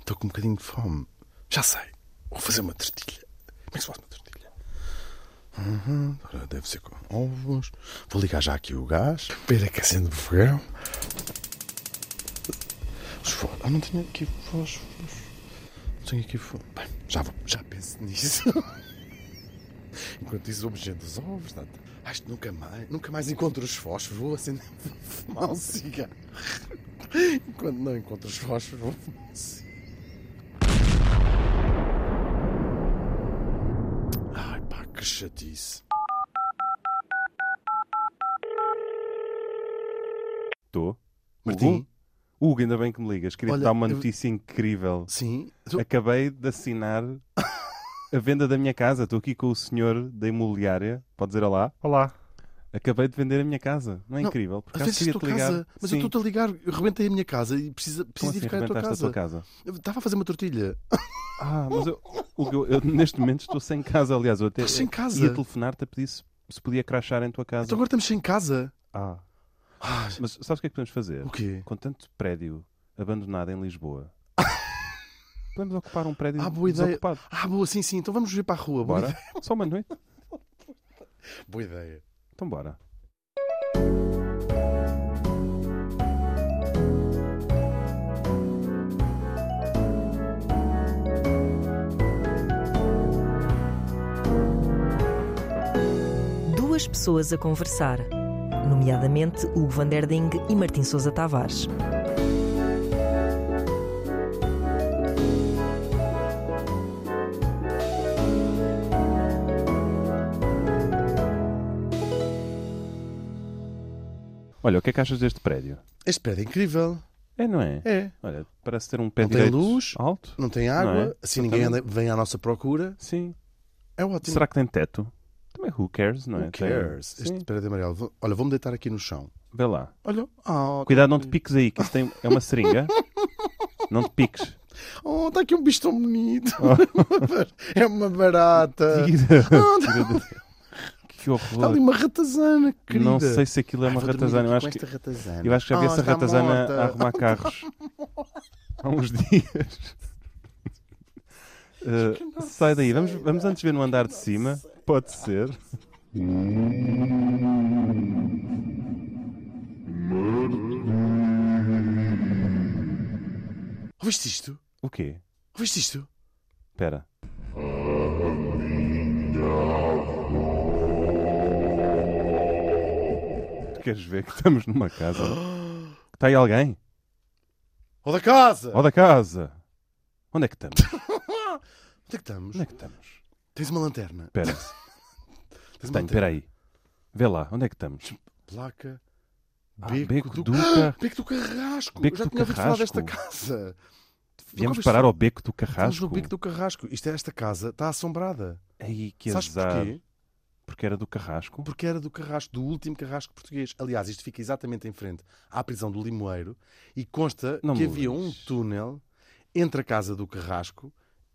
Estou com um bocadinho de fome. Já sei. Vou fazer uma tortilha. Como é que se faz uma tortilha? Uhum, ora, deve ser com ovos. Vou ligar já aqui o gás. Espera que acende o fogão. Os fo- Ah, não tenho aqui fósforos. Não tenho aqui fósforos. Bem, já, vou, já penso nisso. Enquanto isso, vou mexendo os ovos. tá, tá. Acho que nunca mais, nunca mais encontro os fósforos. Vou acender, vou fumar um cigarro. Enquanto não encontro os fósforos, vou fumar um cigarro. Ai pá, que chatice. Estou. Martim? Hugo, Hugo, ainda bem que me ligas. Queria te Olha, dar uma eu- notícia incrível. Sim. Tu- Acabei de assinar a venda da minha casa. Estou aqui com o senhor da imobiliária. Pode dizer olá? Olá. Acabei de vender a minha casa. Não é Não, incrível? Por Às acaso vezes queria estou te ligar. casa, mas Sim. eu estou-te a ligar, eu rebentei a minha casa e precisa, Como preciso assim de ficar na tua arrebentaste a casa. tua casa? Eu Estava a fazer uma tortilha. Ah, mas eu, Hugo, eu- eu neste momento estou sem casa. Aliás, eu até Estás sem casa? ia telefonar-te a pedir se, se podia crachar em tua casa. Então agora estamos sem casa. Ah, Ai, mas sabes o que é que podemos fazer? o quê? Com tanto prédio abandonado em Lisboa, podemos ocupar um prédio Ah, boa ideia. desocupado. Ah, boa, sim, sim. Então vamos ver para a rua. Boa Bora? ideia. Só uma noite? Boa ideia. Então bora. Duas pessoas a conversar, nomeadamente Hugo van der Ding e Martim Sousa Tavares. Olha, o que é que achas deste prédio? Este prédio é incrível. É, não é? É. Olha, parece ter um pé Não tem direito luz? alto. Não tem água, Não é? assim ninguém Exatamente. anda- vem à nossa procura. Sim. É ótimo. Será que tem teto? Também who cares, não é? Who cares? Tem... Este Sim. prédio amarelo. Vou- Olha, vou-me deitar aqui no chão. Vê lá. Olha. Ah, Cuidado, não te piques aí, que isso tem... é uma seringa. não te piques. Oh, está aqui um bicho tão bonito. Oh. é uma barata. Tira. Ah, Tira de- Que Está ali horror. uma ratazana, querida. Não sei se aquilo é Ai, uma vou dormir ratazana. Eu aqui acho, com que... esta ratazana. eu acho que já Ah, vi essa está ratazana morta. a arrumar carros há uns dias. Eh, sai daí, vamos, vamos antes ver no andar de cima. Pode ser. Ouviste isto? O quê? Ouviste isto? Espera. Tu Queres ver que estamos numa casa? Está aí alguém? Ó da casa! Ó da casa! Onde é que estamos? Onde é que estamos? Onde é que estamos? Tens uma lanterna. Espera, Tens uma tenho, espera aí. Vê lá, onde é que estamos? Placa. Ah, Beco, Beco do... do Car- Beco do Carrasco. Beco Já do tinha ouvido falar Carrasco. desta casa. Viemos ouviste parar falar? ao Beco Estamos do no Carrasco. Então, Beco do Carrasco. Isto é esta casa. Está assombrada. Ai, que Sabes azar. porquê? Porque era do Carrasco? Porque era do Carrasco, do último Carrasco português. Aliás, isto fica exatamente em frente à prisão do Limoeiro e consta Não que me havia um lixes. túnel entre a casa do Carrasco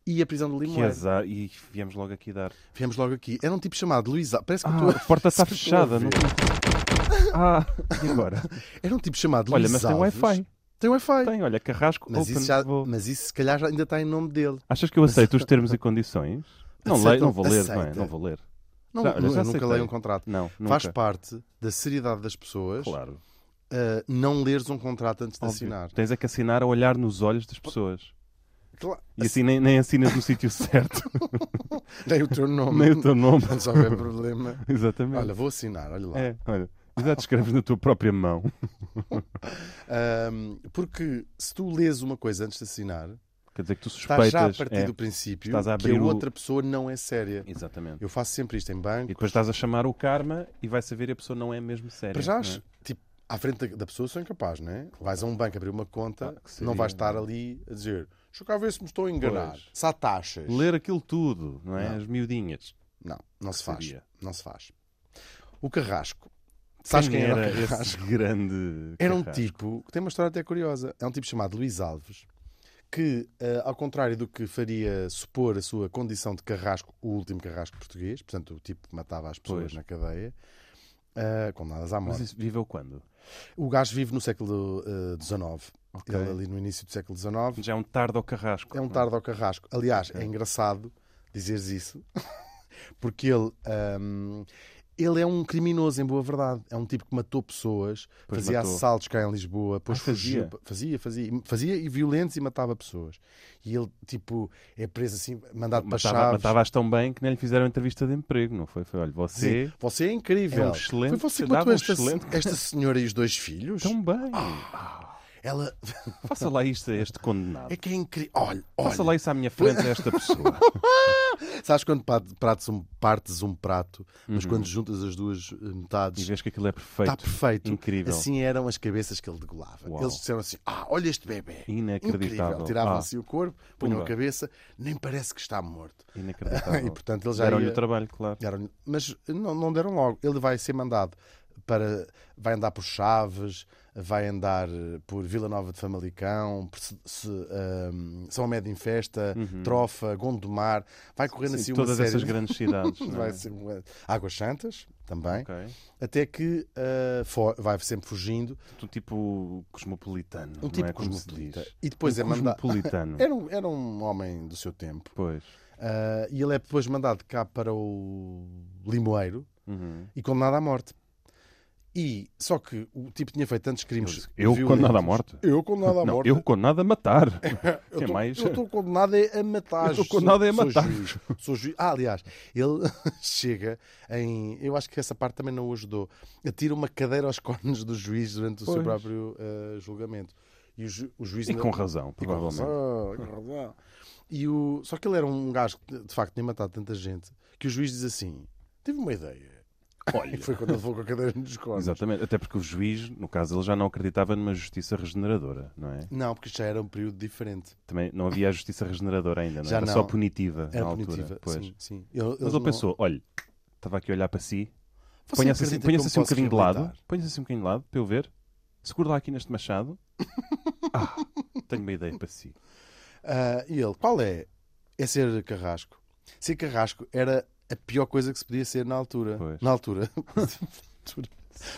e a prisão do Que Limoeiro. azar. E viemos logo aqui dar. Viemos logo aqui. Era um tipo chamado Luís Alves. Parece que eu Ah, estou a porta está se eu estou a fechada. Não... ver. Ah, e agora? Era um tipo chamado Olha, Luís mas tem Alves. Wi-Fi. Tem Wi-Fi. Tem, olha, Carrasco Mas, Open. isso já- Vou- mas isso se calhar já ainda está em nome dele. Achas que eu aceito os termos e condições? Não, Aceita- leio, não vou ler, aceita. não é? Não vou ler. Não, Já- olha, não- já eu nunca aceitei. leio um contrato. Não, nunca. Faz parte da seriedade das pessoas Claro. ah, não leres um contrato antes de óbvio. assinar. Tens é que assinar a olhar nos olhos das pessoas. Claro. E assim nem, nem assinas no sítio certo, Nem o teu nome. nem o teu nome. Quando só houver problema. Exatamente. Olha, vou assinar, olha lá. É, olha. Exato, escreves na tua própria mão. Ahm, porque se tu lês uma coisa antes de assinar, Quer dizer que tu estás suspeitas. Tá já a partir é. do princípio Estás a que abrir a o- outra pessoa não é séria. Exatamente. Eu faço sempre isto em E banco. depois estás a chamar o karma e vai saber e a pessoa não é mesmo séria. Para já, não é? tipo, à frente da, da pessoa sou incapaz, não é? Vais a um banco abrir uma conta, Ah, que seria, não vais estar não é? ali a dizer deixa eu cá ver se me estou a enganar. Pois. Se há taxas. Ler aquilo tudo, não é? Não. As miudinhas. Não, não se faz. seria? Não se faz. O Carrasco. Sabes quem, era, o Carrasco? esse grande. Era um Carrasco? tipo que tem uma história até curiosa. É um tipo chamado Luís Alves, que, eh, ao contrário do que faria supor a sua condição de carrasco, o último carrasco português, portanto, o tipo que matava as pessoas Pois. na cadeia, eh, condenadas à Mas morte. isso viveu quando? O gajo vive no século XIX. Ok. eh, Ele ali no início do século XIX. Já é um tardo ao carrasco. É um tardo ao carrasco. Aliás, é engraçado dizeres isso, porque ele, hum, ele é um criminoso, em boa verdade. É um tipo que matou pessoas, Pois fazia matou. assaltos cá em Lisboa, depois Ah, fugiu. fazia? Fazia, fazia. Fazia e violentos e matava pessoas. E ele, tipo, é preso assim, mandado para Matava, chaves. matavas tão bem que nem lhe fizeram entrevista de emprego, não foi? Foi, olha, você Sim, Você é incrível. É um excelente- Foi você que dava matou um esta, excelente- Então- esta senhora e os dois filhos? tão bem. Ah, Ela Faça lá isto a este condenado. é que é incrível. Olha, Faça olha. lá isso à minha frente a esta pessoa. Sabes quando pa- pratos um- partes um prato, mas Uhum. quando juntas as duas eh, metades, E vês que aquilo é perfeito. está Tá perfeito. Incrível. Assim eram as cabeças que ele degolava. Uau. Eles disseram assim: ah, olha este bebê. Inacreditável. Incrível. Tiravam Ah. assim o corpo, punham a Pumba. cabeça, nem parece que está morto. Inacreditável. E portanto ele já Deram-lhe ia- o trabalho, claro. deram-lhe- Mas não, não deram logo. Ele vai ser mandado para. Vai andar por Chaves, vai andar eh, por Vila Nova de Famalicão, por Se- Se- ahm, São Médio em Festa, Trofa, Gondomar. Vai correndo Uhum. Sim, assim uma todas série. essas grandes cidades. não é? Vai ser uma- Águas Santas também, Ok. até que ah, fo- vai sempre fugindo. Um tipo cosmopolitano. Um tipo não é? Como se cosmopolita. diz. E depois Um é mandado. Cosmopolitano. Era um, era um homem do seu tempo. Pois. Ah, e ele é depois mandado cá para o Limoeiro Uhum. e condenado à morte. E só que o tipo tinha feito tantos crimes. Eu violentos. condenado à morte? Eu condenado à Não, morte. eu condenado a matar. Eu é tô- mais. Eu estou condenado é a matar. Eu tô condenado é a Sou- matar. Sou juiz, sou juiz. Ah, aliás, ele chega em. Eu acho que essa parte também não o ajudou. Atira uma cadeira aos cornos do juiz durante o seu Pois. próprio eh, julgamento. E o, ju- o juiz E ainda- com razão, E com provavelmente. razão, e com razão. E o... Só que ele era um gajo que de facto tinha matado tanta gente que o juiz diz assim: tive uma ideia. E Olha. foi quando ele foi com a cadeira nos cornos. Exatamente, até porque o juiz, no caso, ele já não acreditava numa justiça regeneradora, não é? Não, porque já era um período diferente. Também não havia a justiça regeneradora ainda, não é? Já era não. só punitiva Era na punitiva. altura. Pois. Sim, sim. Ele, Mas eles ele não- pensou, olha, estava aqui a olhar para si, Você ponha-se assim, acredita ponha que eu assim um posso bocadinho de reabilitar? lado, ponha-se assim um bocadinho de lado, para eu ver, segura lá aqui neste machado. Ah, tenho uma ideia para si. Ah, e ele, qual é? É ser carrasco. Ser carrasco era a pior coisa que se podia ser na altura. Pois. Na altura. Sim.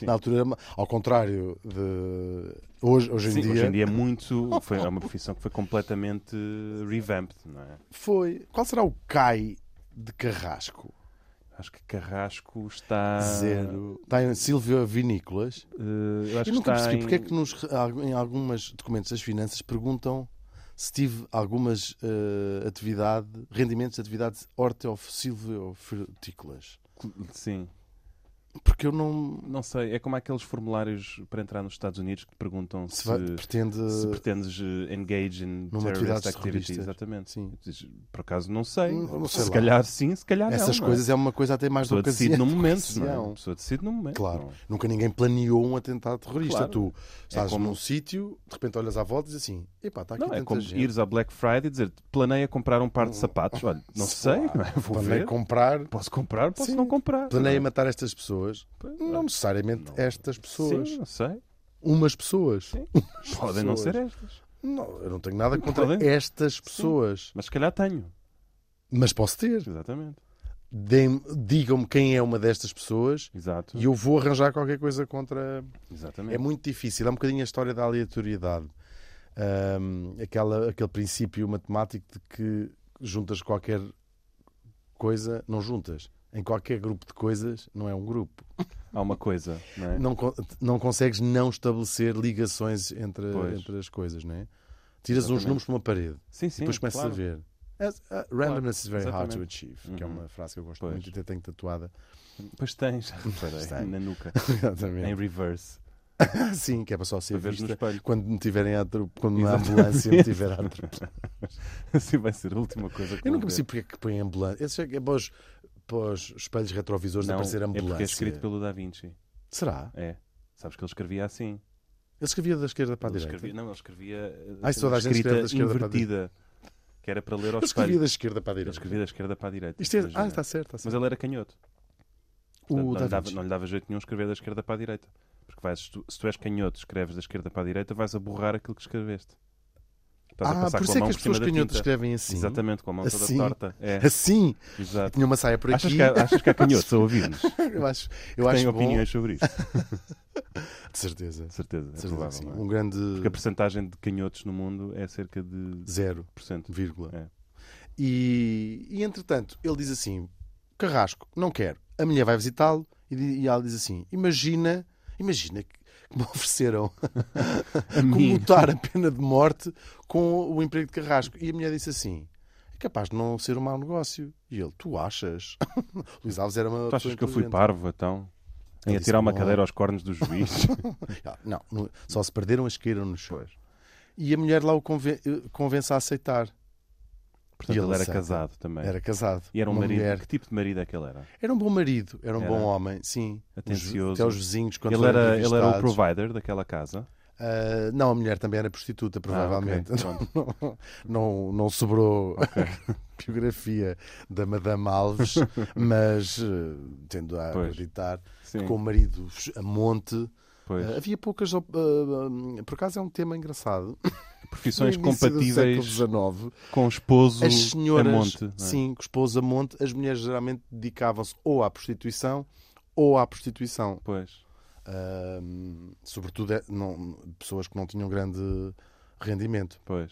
na altura, era uma- ao contrário de hoje, hoje, em, Sim, dia, hoje em dia é muito. Foi, é uma profissão que foi completamente revamped, não é? foi. Qual será o cai de carrasco? Acho que Carrasco está. Zero. Está em Silvio Vinícolas. Eh, eu acho Eu que nunca está percebi em... porque é que nos, em alguns documentos das finanças perguntam se tive algumas eh, atividade, rendimentos de atividades hortofrutícolas. Sim, Porque eu não não sei. É como aqueles formulários para entrar nos Estados Unidos que te perguntam se, se vai- pretende se pretendes eh, engage in numa atividade terrorist activity. terrorista. Exatamente. Sim. Dizes, Por acaso não sei. Não- não sei se lá. calhar sim, se calhar não. Essas não é? coisas é uma coisa até A mais do pessoa que decide no momento, não é? ocasião. A pessoa decide no momento. Claro, não é? nunca ninguém planeou um atentado terrorista. Claro. É Tu estás como- num sítio, de repente olhas à volta e dizes assim: epá, está aqui Não, tanta é como gente. Hum. ires à Black Friday e dizer planeia comprar um par de sapatos. Olha, não sei, não é? vou Planei ver. comprar, Posso comprar, posso Sim. não comprar. planei não é? matar estas pessoas. Não necessariamente Não. estas pessoas. Sim, não sei. Umas pessoas. Sim. Podem não ser estas. Não, eu não tenho nada contra Podem. estas pessoas. Mas se calhar tenho. Mas posso ter. Exatamente. Deem- Digam-me quem é uma destas pessoas Exato. e eu vou arranjar qualquer coisa contra. É Exatamente. muito difícil. É um bocadinho a história da aleatoriedade. Ahm, aquela, aquele princípio matemático de que juntas qualquer coisa, não juntas. Em qualquer grupo de coisas, não é um grupo. Há uma coisa, não é? Não, con- não consegues não estabelecer ligações entre, Pois. entre as coisas, não é? Tiras uns Exatamente. números para uma parede. Sim, sim. depois começas claro. a ver. As- ah, randomness is very hard to exatamente. achieve, que é Uhum. uma frase que eu gosto Pois. muito e até tenho tatuada. Depois tens. já reparei, Tem. Na nuca. Em Exatamente. reverse. Sim, que é para só ser Para veres no vista espelho. quando me tiverem a atrop- quando uma Exatamente. ambulância me tiver a atropelar. Assim vai ser a última coisa que Eu vão nunca ver. percebi porque é que põem ambulância. Esse é que é para os, para os espelhos retrovisores Não, aparecer é ambulância. porque é escrito pelo Da Vinci. Será? É. Sabes que ele escrevia assim. Ele escrevia da esquerda para a Ele direita. escrevia, não, ele escrevia eh, Ah, isso toda a gente escreve escrita da esquerda para a invertida, que era para ler ao Ele escrevia espelho. da esquerda para a Ele direita. escrevia da esquerda para a direita. Isto é... imagina. Ah, está certo. Está Mas certo. ele era canhoto. Portanto, o não, lhe da dava, Vinci. não lhe dava jeito nenhum escrever da esquerda para a direita. Porque vais, se tu- se tu és canhoto, escreves da esquerda para a direita, vais a borrar aquilo que escreveste. Estás a Ah, passar por isso com a é que mão as por cima pessoas da canhotas tinta. escrevem assim. Exatamente, com a mão toda Assim. torta. É, Assim. exato. Tinha uma saia por aqui. Achas que, há, achas que há canhotos a ouvir-nos? Eu acho, eu acho Tenho bom. opiniões sobre isso. De certeza. De certeza, é De certeza que provável. sim. não é? Um grande Porque a percentagem de canhotos no mundo é cerca de zero, 10%. vírgula. É. E, e entretanto, ele diz assim: Carrasco, não quero. A mulher vai visitá-lo e, di- e ela diz assim: Imagina, imagina que que me ofereceram comutar a pena de morte com o emprego de Carrasco. E a mulher disse assim: É capaz de não ser um mau negócio. E ele: Tu achas? Luís Alves era uma. Tu achas pessoa que eu fui inteligente. parvo, então? Em Ele atirar uma disse, cadeira aos cornos do juiz? Ah, Não, não, só se perderam as que caíram no chão. E a mulher lá o conven- eh, convence a aceitar. Portanto, E ele, ele era aceita. casado também. Era casado. E era um uma marido. mulher. Que tipo de marido é que ele era? Era um bom marido, era um Era. bom homem, sim. Atencioso. Os- Até os vizinhos, quando Ele foram era, ele era o entrevistados. provider daquela casa. Ah, não, a mulher também era prostituta, provavelmente. Ah, ok, não, não, não sobrou a biografia da Madame Alves, mas eh, tendo a Pois. acreditar Sim, que com o marido a monte, pois. ah, havia poucas. op- ah, ah, por acaso é um tema engraçado. Profissões No início do compatíveis século XIX, com esposo as senhoras, a monte. não é? sim, com o esposo a monte, as mulheres geralmente dedicavam-se ou à prostituição ou à prostituição. Pois. Ahm, sobretudo é- não- pessoas que não tinham grande rendimento. Pois.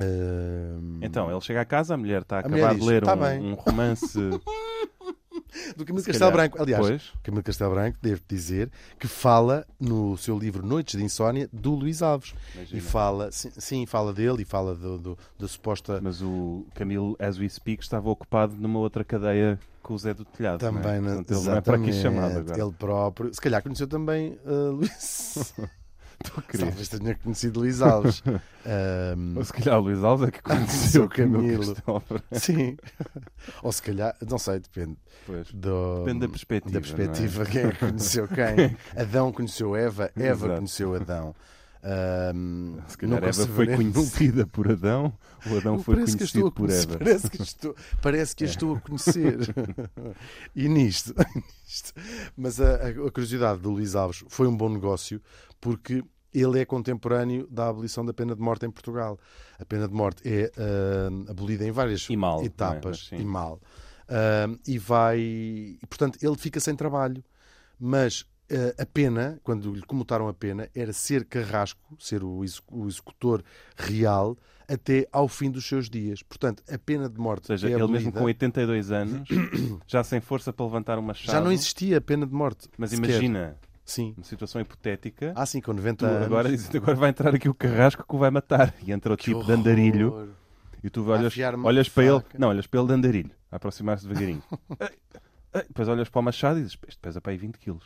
Ahm, Então, ele chega à casa, a mulher está a Hum. A mulher acabar de diz, ler "Tá um, bem." um romance. do Camilo de É, se Castelo calhar. Branco, aliás, Pois. Camilo de Castelo Branco, devo dizer, que fala no seu livro Noites de Insónia do Luís Alves. Imagina. E fala, sim, sim, fala dele e fala do, do- da suposta. Mas o Camilo, as we speak, estava ocupado numa outra cadeia com o Zé do Telhado. não é? Também, na- Portanto, ele não é para aqui exatamente, chamado agora. Ele próprio. Se calhar conheceu também ah, Luís. Tu querias. Talvez tenha conhecido Luís Alves. Ahm, Ou se calhar o Luís Alves é que conheceu o Seu Ah, Camilo. Camilo. sim. Ou se calhar, não sei, depende. Pois. do- Depende da perspectiva. da perspectiva, quem é que conheceu quem? Adão conheceu Eva, Eva Exato. concebeu conheceu Adão. Ahm, Não é? Se calhar nunca Eva se foi veremos. conhecida por Adão, o Adão foi parece que conhecido estou a por conhecer- Eva. Parece que, estou, parece que a estou a conhecer. e nisto, nisto. Mas a, a- a curiosidade do Luís Alves foi um bom negócio porque ele é contemporâneo da abolição da pena de morte em Portugal. A pena de morte é ah, abolida em várias E mal, não é? etapas Mas e sim. mal. Ah, e vai. E, portanto, ele fica sem trabalho. Mas eh, a pena, quando lhe comutaram a pena, era ser carrasco, ser o, exec- o executor real, até ao fim dos seus dias. Portanto, a pena de morte Ou seja, é ele abolida. mesmo com 82 anos, já sem força para levantar uma chave. Já não existia a pena de morte. Mas sequer. imagina, Sim. uma situação hipotética, Ah, sim, com tu 90 anos. agora dizes, agora vai entrar aqui o carrasco que o vai matar. E entra o Que tipo de horror. andarilho e tu olhas, Afiar-me olhas de para ele, faca. não, olhas para ele de andarilho, a aproximar-se devagarinho. Ai, ai, Depois olhas para o machado e dizes, este pesa para aí 20 quilos.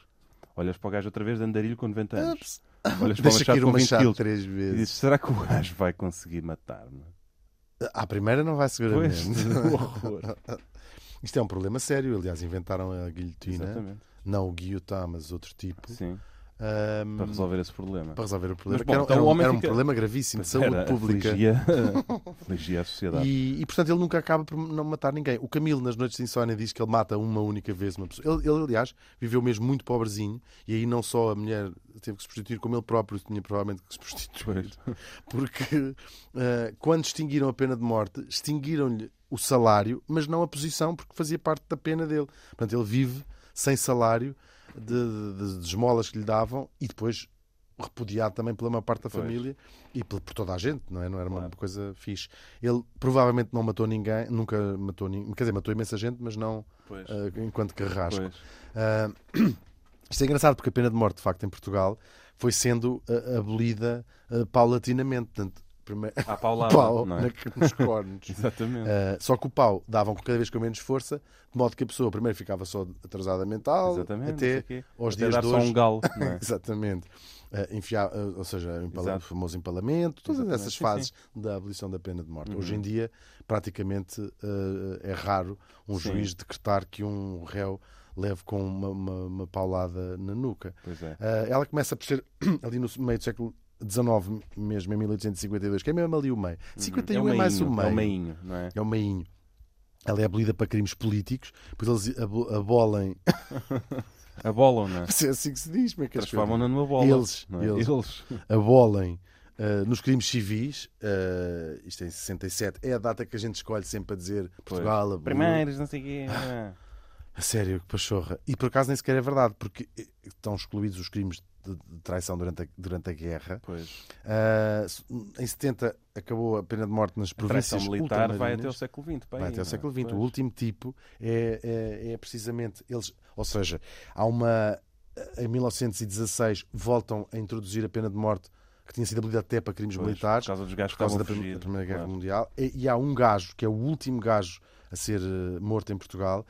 Olhas para o gajo outra vez de andarilho com Ah, 90 anos. Ups. Olhas para o Deixa cair o machado com 20 machado quilos. três E vezes. dizes, será que o gajo vai conseguir matar-me? À Ah, primeira não vai seguramente. Pois, o horror. Isto é um problema sério. Aliás, inventaram a guilhotina. Exatamente. Não o guilhotin, mas outro tipo. Sim, Ahm, para resolver esse problema. Hum. para resolver o problema. que Mas, bom, era, então era o um, homem era um fica- problema gravíssimo de saúde Era, pública. Afligia, afligia a sociedade. E, e, portanto ele nunca acaba por não matar ninguém. O Camilo, nas noites de insónia, diz que ele mata uma única vez uma pessoa. Ele, ele, aliás, viveu mesmo muito pobrezinho e aí não só a mulher teve que se prostituir, como ele próprio tinha provavelmente que se prostituir. Porque ah, quando extinguiram a pena de morte, extinguiram-lhe o salário, mas não a posição, porque fazia parte da pena dele. Portanto, ele vive sem salário de, de- de- de esmolas que lhe davam e depois repudiado também pela maior parte da Pois. família e pel- por toda a gente, não é? Não era uma Claro. coisa fixe. Ele provavelmente não matou ninguém, nunca matou ninguém, quer dizer, matou imensa gente, mas não Pois, ah, enquanto carrasco. pois. Ah, isto é engraçado porque a pena de morte, de facto, em Portugal foi sendo ah, abolida ah, paulatinamente. Portanto, primeiro À paulada, pau não é? na- nos cornos. Exatamente. Ah, só que o pau davam cada vez com menos força, de modo que a pessoa primeiro ficava só atrasada mental, Exatamente. até não sei o quê. aos Até dias dar de só hoje. um galo, não é? Exatamente. Eh, enfiar, eh, ou seja, empala- Exato. o famoso empalamento, todas Exatamente, essas sim, Uhum. fases da abolição da pena de morte. Hoje em dia, praticamente, eh, é raro um Sim. juiz decretar que um réu leve com uma, uma- uma paulada na nuca. Pois é. Eh, ela começa por ser ali no meio do século XIX, mesmo em 1852, que é mesmo ali o meio. 51 é, um mais o meinho, meio. É um meinho, não é? É o meinho. Ela é abolida para crimes políticos, pois eles abo- abolem. A bola, não é? Se é assim que se diz, como é que as pessoas- Transformam-na numa bola. Eles, não é? eles. Eles. abolem eh, nos crimes civis, eh, isto é em 67, é a data que a gente escolhe sempre a dizer Portugal aboliu. Primeiros, não sei o quê. não é? A sério, que pachorra. E por acaso nem sequer é verdade, porque eh, estão excluídos os crimes de de traição durante a, durante a guerra. Pois. Ah, se- em 70 acabou a pena de morte nas A traição províncias militar vai até o ultramarinas. século XX. Vai até o século XX. O último tipo é, é, é precisamente eles. Ou seja, há uma. Em 1916 voltam a introduzir a pena de morte que tinha sido habilitada até para crimes militares Por causa dos gajos por que causa estavam da, a Prim- fugir. da Primeira Guerra claro. Mundial. E, e há um gajo, que é o último gajo a ser eh, morto em Portugal,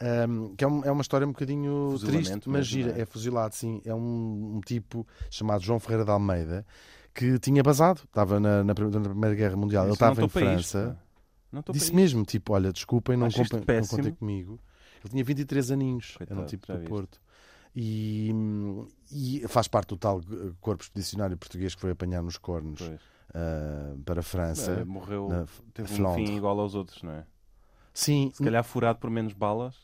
ahm, que é, um- é uma história um bocadinho Fuzilamento triste, mesmo, mas gira. não é? É fuzilado, sim. É um, um tipo chamado João Ferreira de Almeida que tinha basado, estava na, na Prim- na Primeira Guerra Mundial, ele Isso, não estava em estou para isto, França. pá. Não estou para Disse isto. mesmo, tipo, olha, desculpem, não, Acho isto contem- não péssimo. contem comigo. Ele tinha 23 aninhos, era um Coitado, tipo já do viste. Porto. E, hum, e faz parte do tal eh, corpo expedicionário português que foi apanhar nos cornos Pois. ah, para a Ah, França. Morreu, na- teve um Flandre. fim igual aos outros, não é? Sim, Se calhar furado por menos balas.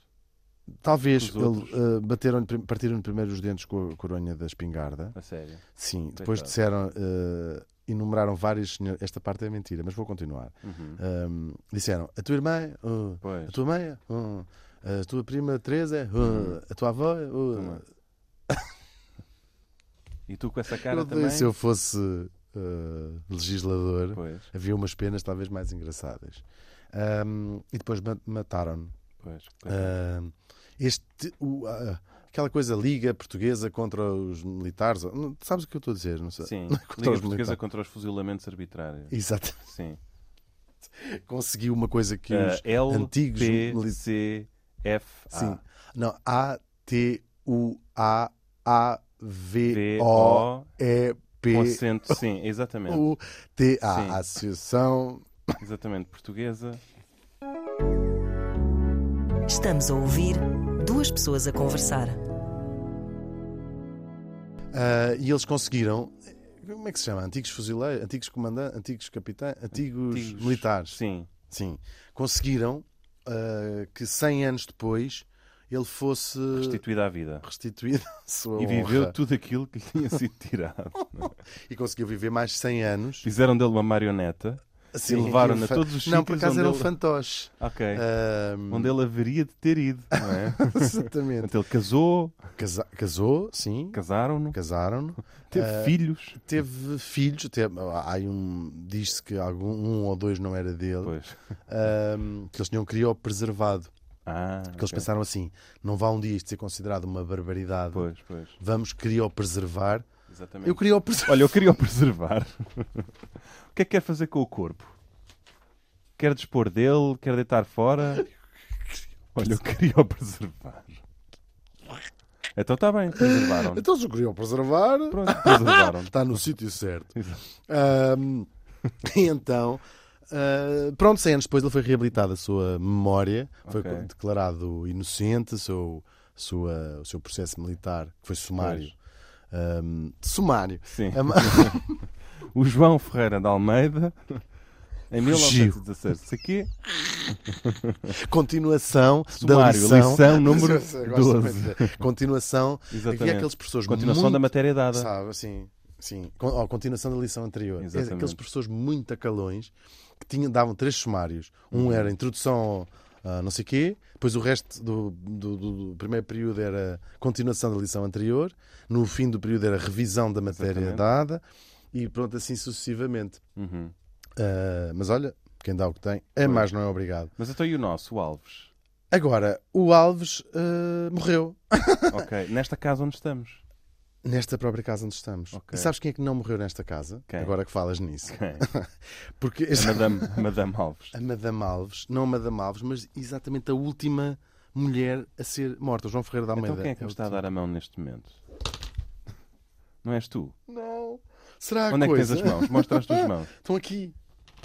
talvez os ele, outros. ah, bateram partiram primeiro os dentes com a coronha da espingarda. A sério. Sim, depois Coitado. disseram, ah, enumeraram várias senhoras. Esta parte é mentira, mas vou continuar. Uhum. Ahm, disseram, a tua irmã, ah, Pois. A tua mãe? é? Hum. A tua prima Teresa? Hum. Uhum. A tua avó? é? Hum. Também. E tu com essa Eu cara odeio, também? se eu fosse uh, legislador, Pois, havia umas penas talvez mais engraçadas. Ahm, e depois ma- mataram-no. pois. coitado. Ahm, Ah, este, o- a- aquela coisa liga portuguesa contra os militares. Não- sabes o que eu estou a dizer? Não sei. Sim, contra Liga os Portuguesa militares. contra os fuzilamentos arbitrários. Exato. Sim. Eh, Consegui uma coisa que Ah, os L, antigos P, mili- C, F, Sim. A, Não, A, T, U, A, A, V, V, O, O, E, O, P, acento. Sim, exatamente. U, T, Sim. A. Associação. Exatamente. Portuguesa. Estamos a ouvir duas pessoas a conversar. Ah, e eles conseguiram. Como é que se chama? Antigos fuzileiros, antigos comandantes, antigos capitães, antigos, Antigos. militares. Sim. Sim. Conseguiram ah, que 100 anos depois ele fosse Restituída à vida. restituído à sua E viveu honra. tudo aquilo que lhe tinha sido tirado. E conseguiu viver mais 100 anos. Fizeram dele uma marioneta. Assim, levaram-no e um a fa- todos os Não, por sítios acaso onde era um ele- fantoche. Ok. Ah, Um Onde ele haveria de ter ido, não é? Exatamente. Portanto, ele casou, Casa- Casou, sim. casaram-no, Casaram. teve Eh, filhos. Teve filhos. Teve, há aí um, diz-se que algum, um ou dois não era dele. Pois. ahm, que eles tinham criopreservado. Ah, Que eles ok. pensaram assim: não vá um dia isto ser considerado uma barbaridade, Pois, pois. vamos criopreservar. Exatamente. Eu criopreservo. Olha, eu queria o preservar. o que é que quer fazer com o corpo? Quer dispor dele? Quer deitar fora? Olha, eu queria o preservar. Então está bem, preservaram. Então se eu criopreservar, Pronto, preservaram. está no sítio certo. Exato. Ahm, e então, ah, pronto, 100 anos depois ele foi reabilitado a sua memória, foi Ok. declarado inocente, seu, sua, o seu processo militar, que foi sumário. Ahm, sumário. Sim. A ma- O João Ferreira de Almeida, em 1916, isso aqui, é Continuação da sumário, lição. lição, número Eu gosto muito 12. de- Continuação. Havia Exatamente. aqueles professores Continuação muito da matéria dada. Sabe, sim, sim. Con- Ou a continuação da lição anterior. É Exatamente. Aqueles professores muito acalões que tinham, davam três sumários. Um Uhum. era introdução ao ah, não sei quê, depois o resto do, do- do- do primeiro período era continuação da lição anterior, no fim do período era revisão da matéria Exatamente. dada e pronto, assim sucessivamente. Uhum. Ah, mas olha, quem dá o que tem, é mais não é obrigado. Mas então e o nosso, o Alves? Agora, o Alves ah, morreu Ok, nesta casa onde estamos. nesta própria casa onde estamos. Ok. E sabes quem é que não morreu nesta casa? Quem? Agora que falas nisso. Ok. Porque A É, Madame, a Madame Alves. A Madame Alves, não a Madame Alves, mas exatamente a última mulher a ser morta, o João Ferreira da Almeida. Então quem é que me está a dar a mão neste momento? Não és tu? Não. Será a Onde é que tens coisa? as mãos? Mostra as tuas mãos. Estão aqui.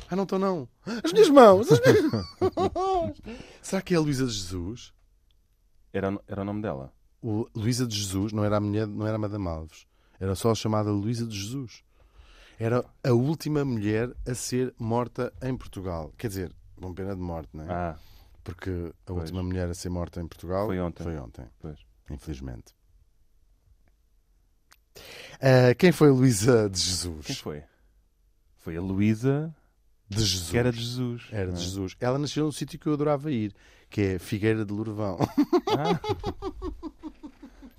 Ah, não estão não. As minhas mãos! As minhas mãos! Será que é a Luísa de Jesus? Era, o- era o nome dela. O Luísa de Jesus não era a mulher, não era a Madame Alves. Era só a chamada Luísa de Jesus. Era a última mulher a ser morta em Portugal. Quer dizer, com pena de morte, não é? Ah, Porque a Pois. última mulher a ser morta em Portugal Foi ontem. Foi ontem. pois. infelizmente. Ah, quem foi a Luísa de Quem Jesus? foi? Foi a Luísa De Jesus. que era de Jesus. Era não de é? Jesus. Ela nasceu num sítio que eu adorava ir, que é Figueira de Lourvão. é? Ah.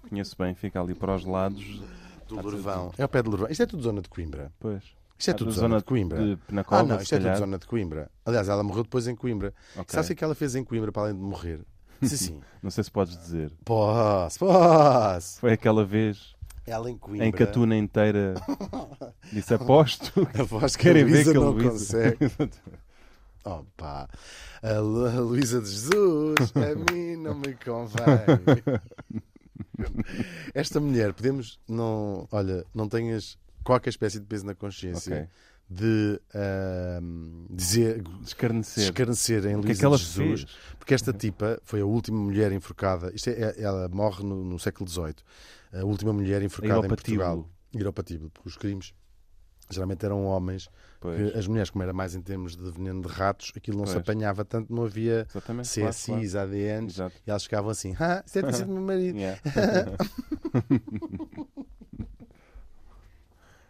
Conheço bem, fica ali para os lados. Do Lourvão. É ao pé de Lourvão. Isto é tudo zona de Coimbra. Pois. Isto é Ah, tudo da zona, de Coimbra. De Penacova, Ah, não, se isto é tudo calhar. zona de Coimbra. Aliás, ela morreu depois em Coimbra. Ok. Sabe o que é que ela fez em Coimbra para além de morrer? Disse assim: Não sei se podes dizer. posso, posso. Foi aquela vez Ela em Coimbra. em que a tuna inteira disse aposto. A voz que Querem ver que a não Luísa... consegue. Opa, a Lu- a Luísa de Jesus, a mim não me convém. Esta mulher, podemos, não, olha, não tenhas qualquer espécie de peso na consciência Ok. de ahm, dizer, Descarnecer. escarnecer em O que é Luísa que ela de Jesus, fez? porque esta tipa foi a última mulher enforcada, isto é, é- ela morre no, no século XVIII, a última mulher enforcada em Iropatíbulo. Portugal. Iropatíbulo, porque os crimes geralmente eram homens Pois. que as mulheres, como era mais em termos de veneno de ratos, aquilo não se Pois. apanhava tanto, não havia Exatamente. claro, claro. CSIs, ADNs, Exato. e elas ficavam assim, ah, isso deve ter sido do meu marido. Yeah.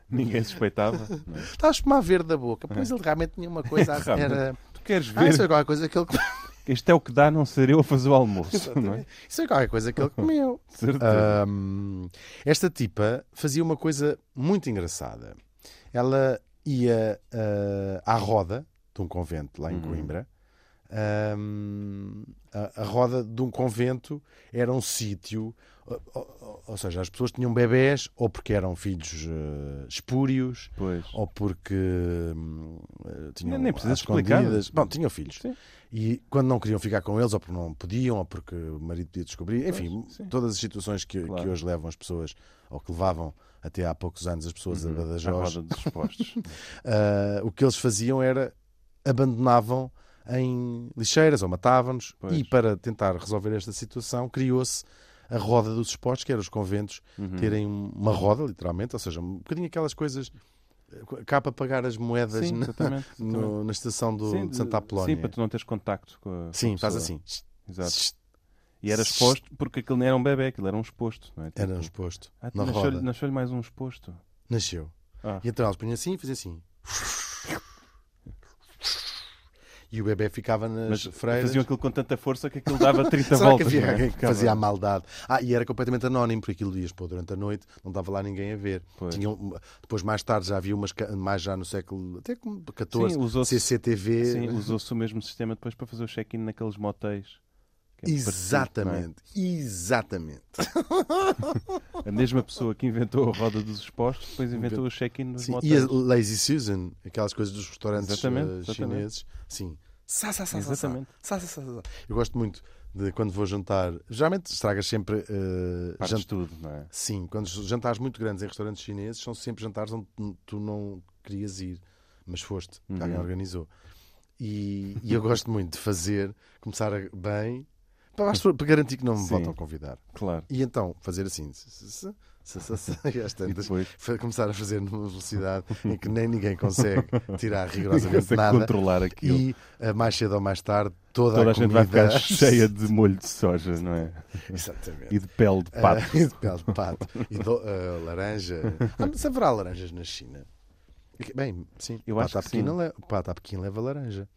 Ninguém suspeitava. não é? Estava a espumar verde da boca, pois ele realmente tinha uma coisa, a- Realmente. era, Tu queres ah, ver? isso é qualquer coisa que ele Isto é o que dá não ser eu a fazer o almoço, não é? comeu. Isso é qualquer coisa que ele comeu. De certeza. Ah, Ahm, esta tipa fazia uma coisa muito engraçada. Ela ia ah, à roda de um convento lá em Uhum. Coimbra. Ahm, a, a roda de um convento era um sítio, ou, ou- ou seja, as pessoas tinham bebés ou porque eram filhos eh, espúrios Pois. ou porque hum, eh, tinham Nem- nem às precisas explicar. escondidas. Bom, tinham filhos. Sim. E quando não queriam ficar com eles, ou porque não podiam, ou porque o marido podia descobrir, enfim, sim. todas as situações que, Claro. que hoje levam as pessoas, ou que levavam até há poucos anos as pessoas a Uhum. À Badajoz, roda dos postos. ah, o que eles faziam era abandonavam em lixeiras ou matavam-nos. Pois. E para tentar resolver esta situação, criou-se a roda dos esportes, que eram os conventos Uhum. terem um, uma roda, literalmente, ou seja, um bocadinho aquelas coisas eh, cá para pagar as moedas Sim, na, exatamente. no- exatamente. na estação do, Sim, de Santa Apolónia. Sim, para tu não teres contacto com a. Sim, com a faz pessoa. assim. Exato. E era exposto, porque aquilo não era um bebê, aquilo era um exposto, não é? Tipo, Era um exposto. ah, tu na nasceu-lhe roda. nasceu-lhe mais um exposto. Nasceu. Ah. E então eles punham assim e faziam assim. E o bebê ficava nas Mas freiras. faziam aquilo com tanta força que aquilo dava 30 Será que voltas. havia não é? alguém que Ficava- fazia a maldade? Ah, e era completamente anónimo, porque aquilo ias pôr durante a noite, não estava lá ninguém a ver. Pois. Tinham, depois, mais tarde, já havia umas, ca- mais já no século até como 14, Sim, usou-se- CCTV. Sim, usou-se o mesmo sistema depois para fazer o check-in naqueles motéis. que é parecido, Exatamente, é? exatamente. não é? A mesma pessoa que inventou a roda dos expostos depois inventou o check-in nos Sim, E motéis. a Lazy Susan, aquelas coisas dos restaurantes Exatamente, eh, exatamente. chineses. Sim. Sá, sá, sá, sá, sá. Exatamente. Sá, sá, sá, sá. Eu gosto muito de quando vou jantar. Geralmente estragas sempre eh, Partes jantar. tudo, não é? Sim, quando os jantares muito grandes em restaurantes chineses são sempre jantares onde tu- tu não querias ir, mas foste, Uhum. alguém organizou. E, e eu gosto muito de fazer, começar a- bem, para, as pessoas- para garantir que não me Sim. voltam a convidar. Claro. E então, fazer assim, s- s- s- s- s- e às E tantas, depois fa- começar a fazer numa velocidade em que nem ninguém consegue tirar rigorosamente consegue nada. controlar aquilo. E eh, mais cedo ou mais tarde, toda, Toda a gente vai comida- ficar cheia de molho de soja, não é? Exatamente. E de pele de Ah, pato. e de pele de pato. E do, ah, laranja. Ah, mas haverá laranjas na China? Que- Bem, sim. Eu pato acho à que pequena sim. le- o pato à pequena leva laranja.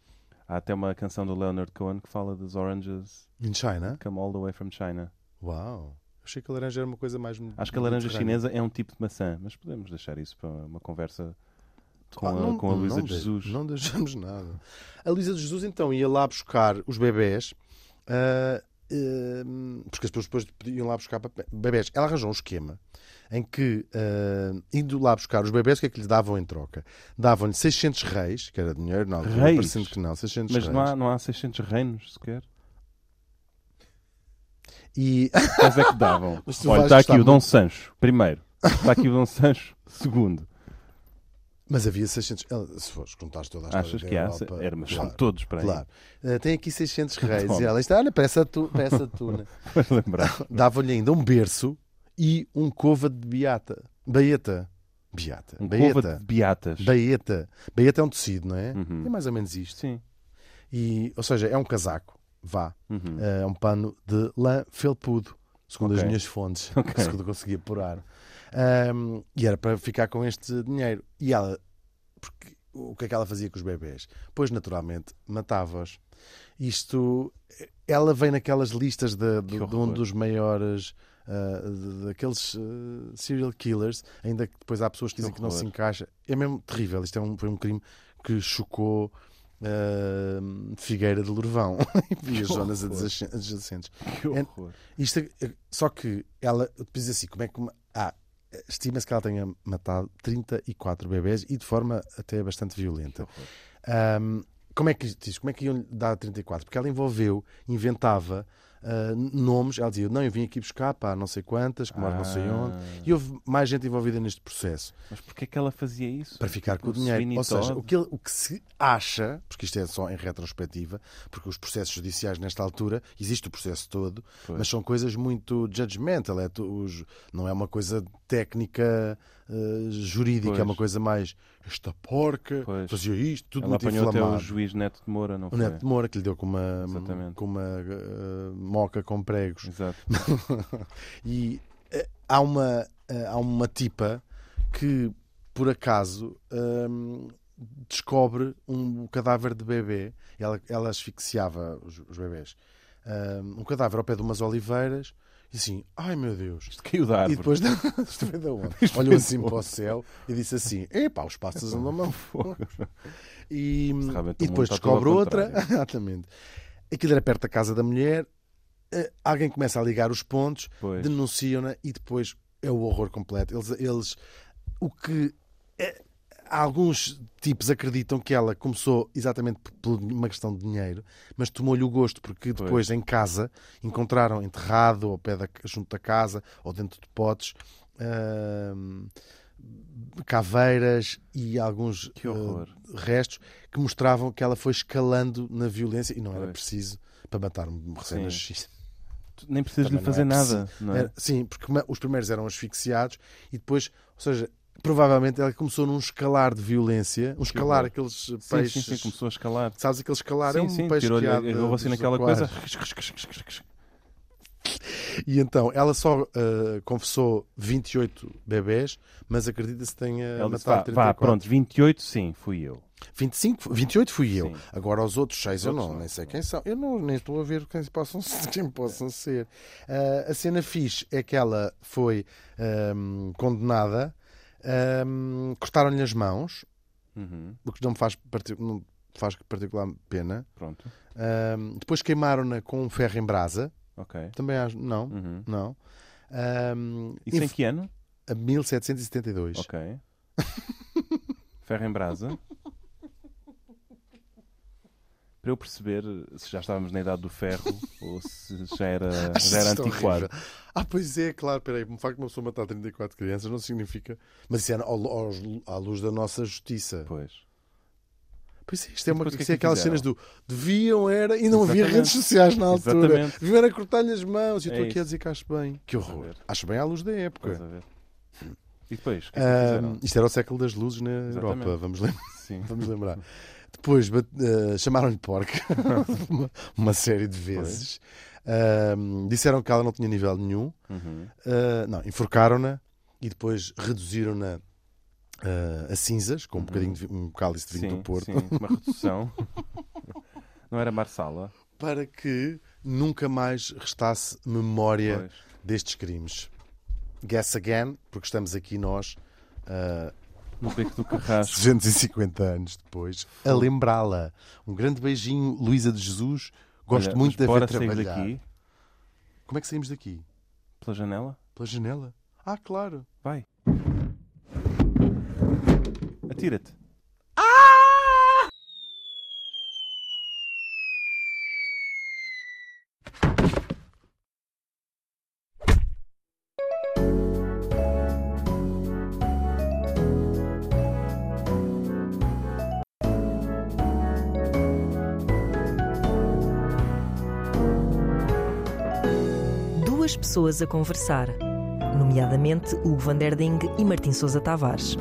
Há até uma canção do Leonard Cohen que fala dos oranges In China? come all the way é from China. Uau. Eu achei que a laranja era uma coisa mais. Acho que a laranja mediterrânea. chinesa é um tipo de maçã, mas podemos deixar isso para uma conversa com Ah, a, não- com a não Luísa de de- Jesus. Não deixamos nada. A Luísa de Jesus então ia lá buscar os bebés. ah, ah, porque as pessoas depois iam lá buscar papé- bebés. Ela arranjou um esquema em que, ah, indo lá buscar os bebés, o que é que lhe davam em troca? Davam-lhe 600 reis, que era dinheiro, não, Reis? parecendo que não, 600 Mas reis. não há, não há 600 reinos sequer. E Quais é que davam? Mas tu vais Olha, está aqui gostar o Dom Sancho, primeiro. Está aqui o Dom Sancho, segundo. Mas havia 600. ela- Se fores contar toda a história Achas da que há? Europa, Era, mas são claro, todos para aí. claro. Ah, tem aqui 600 reis. Toma. E ela, está, olha, parece a, tu, né?" parece a tuna. Vais lembrar. Dava-lhe ainda um berço e um cova de beata. Baeta. Beata. Um cova baeta. de beatas. Baeta. Baeta é um tecido, não é? Uhum. É mais ou menos isto. Sim. E, ou seja, é um casaco. Vá. Uhum. É um pano de lã felpudo. Segundo as Ok. minhas fontes. Ok. Segundo eu consegui apurar. Ahm, e era para ficar com este dinheiro. E ela... Porque o que é que ela fazia com os bebés? Pois, naturalmente, matava-os. Isto, ela vem naquelas listas de, de- de um horror. dos maiores, ah, de- daqueles ah, serial killers, ainda que depois há pessoas que dizem que não horror. se encaixa. É mesmo terrível. Isto é um, foi um crime que chocou ah, Figueira de Lourvão e as zonas horror. adjacen- adjacentes. Que horror. Isto, é- só que ela diz assim: como é que. uma- Ah, estima-se que ela tenha matado 34 bebés e de forma até bastante violenta. Ahm, como é que isto diz? Como é que iam lhe dar 34? Porque ela envolveu, inventava ah, n- nomes. Ela dizia: Não, eu vim aqui buscar pá, não sei quantas, que moro não sei onde. E houve mais gente envolvida neste processo Mas porquê é que ela fazia isso? para ficar com o Tipo, dinheiro. Ou seja, Sweeney o que, ele- o que se acha, porque isto é só em retrospectiva, porque os processos judiciais nesta altura, existe o processo todo, Pois. mas são coisas muito judgmental, é tu- os- não é uma coisa técnica eh, jurídica, Pois. é uma coisa mais esta porca Pois. fazia isto, tudo Ela muito apanhou até o inflamado. juiz Neto de Moura, não O foi? Neto de Moura que lhe deu com uma, Exatamente. com uma eh, moca com pregos. Exato. e eh, há, uma, eh, há uma tipa que, por acaso, hum, descobre um cadáver de bebê. Ela, ela asfixiava os, os bebés. Hum, um cadáver ao pé de umas oliveiras. E assim, ai meu Deus. Isto caiu da árvore. E depois Isto veio da onde? Isto olhou veio assim da para o céu e disse assim: Epá, os pássaros andam mal Fogo. e, realmente e o mundo depois está todo ao descobre outra. contrário. Exatamente. Aquilo era perto da casa da mulher. eh, Alguém começa a ligar os pontos, Pois. denunciam-na e depois é o horror completo. Eles, eles o que eh, alguns tipos acreditam que ela começou exatamente p- por uma questão de dinheiro, mas tomou-lhe o gosto porque depois em casa encontraram enterrado ao pé da, junto da casa ou dentro de potes. ahm, caveiras e alguns Que horror. eh, restos que mostravam que ela foi escalando na violência e não era Pois. preciso para matar um recém-nascido. Tu Nem precisas de lhe Também não fazer é nada. Não é? Era- Sim, porque ma- os primeiros eram asfixiados e depois, ou seja, provavelmente ela começou num escalar de violência, um escalar, horror. aqueles Sim, sim, peixes. sim, começou a escalar. Sabes aquele escalar? é sim, um sim, peixe que tirou-lhe há de- agarrou você dos naquela aquários. coisa. E então, ela só eh, confessou 28 bebés, mas acredita-se que tenha Ela disse, vá, matado vá, 34. pronto, 28 sim, fui eu. 25, 28 fui eu. Sim. Agora os outros 6 eu outros não, não, É. nem sei quem são. Eu não, nem estou a ver quem possam, quem possam ser. Ah, a cena fixe é que ela foi ahm, condenada, ahm, cortaram-lhe as mãos, Uhum, o que não me faz, parti- não me faz particular pena. pronto, Ahm, depois queimaram-na com um ferro em brasa. ok. Também acho. Não, Uhum. não. Ahm, Isso em inf- que ano? a 1772. Ok. Ferro em brasa. Para eu perceber se já estávamos na idade do ferro ou se já era, já era Isto é antiquado. horrível. Ah, pois é, claro, peraí, o facto de uma pessoa matar 34 crianças não significa. Mas isso é ao- aos- à luz da nossa justiça. Pois. Pois é, isto é, uma, depois o que é isso é que aquelas fizeram? cenas do deviam era e não havia Exatamente. redes sociais na altura. Exatamente. Deviam era cortar-lhe as mãos e eu É estou aqui isso. a dizer que acho bem. Que a horror. ver. Acho bem à luz da Estás época. a ver. E depois, o que é que Ahm, fizeram? isto era o século das luzes na Exatamente. Europa, vamos, lem- Sim. vamos lembrar. Depois bate- ah, chamaram-lhe porca uma, uma série de vezes. Ahm, disseram que ela não tinha nível nenhum. Uhum. Uh, não, enforcaram-na e depois reduziram-na uh, a cinzas, com um bocadinho de vi- um cálice de vinho Uhum. Sim, do Porto, sim, uma redução. Não era Marsala? para que nunca mais restasse memória Pois. destes crimes. Guess again, porque estamos aqui nós, uh, No beco do Carrasco. 250 anos depois, a lembrá-la. Um grande beijinho, Luísa de Jesus. Gosto Olha, muito de mas a bora ver sair trabalhar. daqui Como é que saímos daqui? pela janela? Pela janela? Ah, claro. Vai. Atira-te. Duas pessoas a conversar, nomeadamente Hugo Van Der Ding e Martim Sousa Tavares.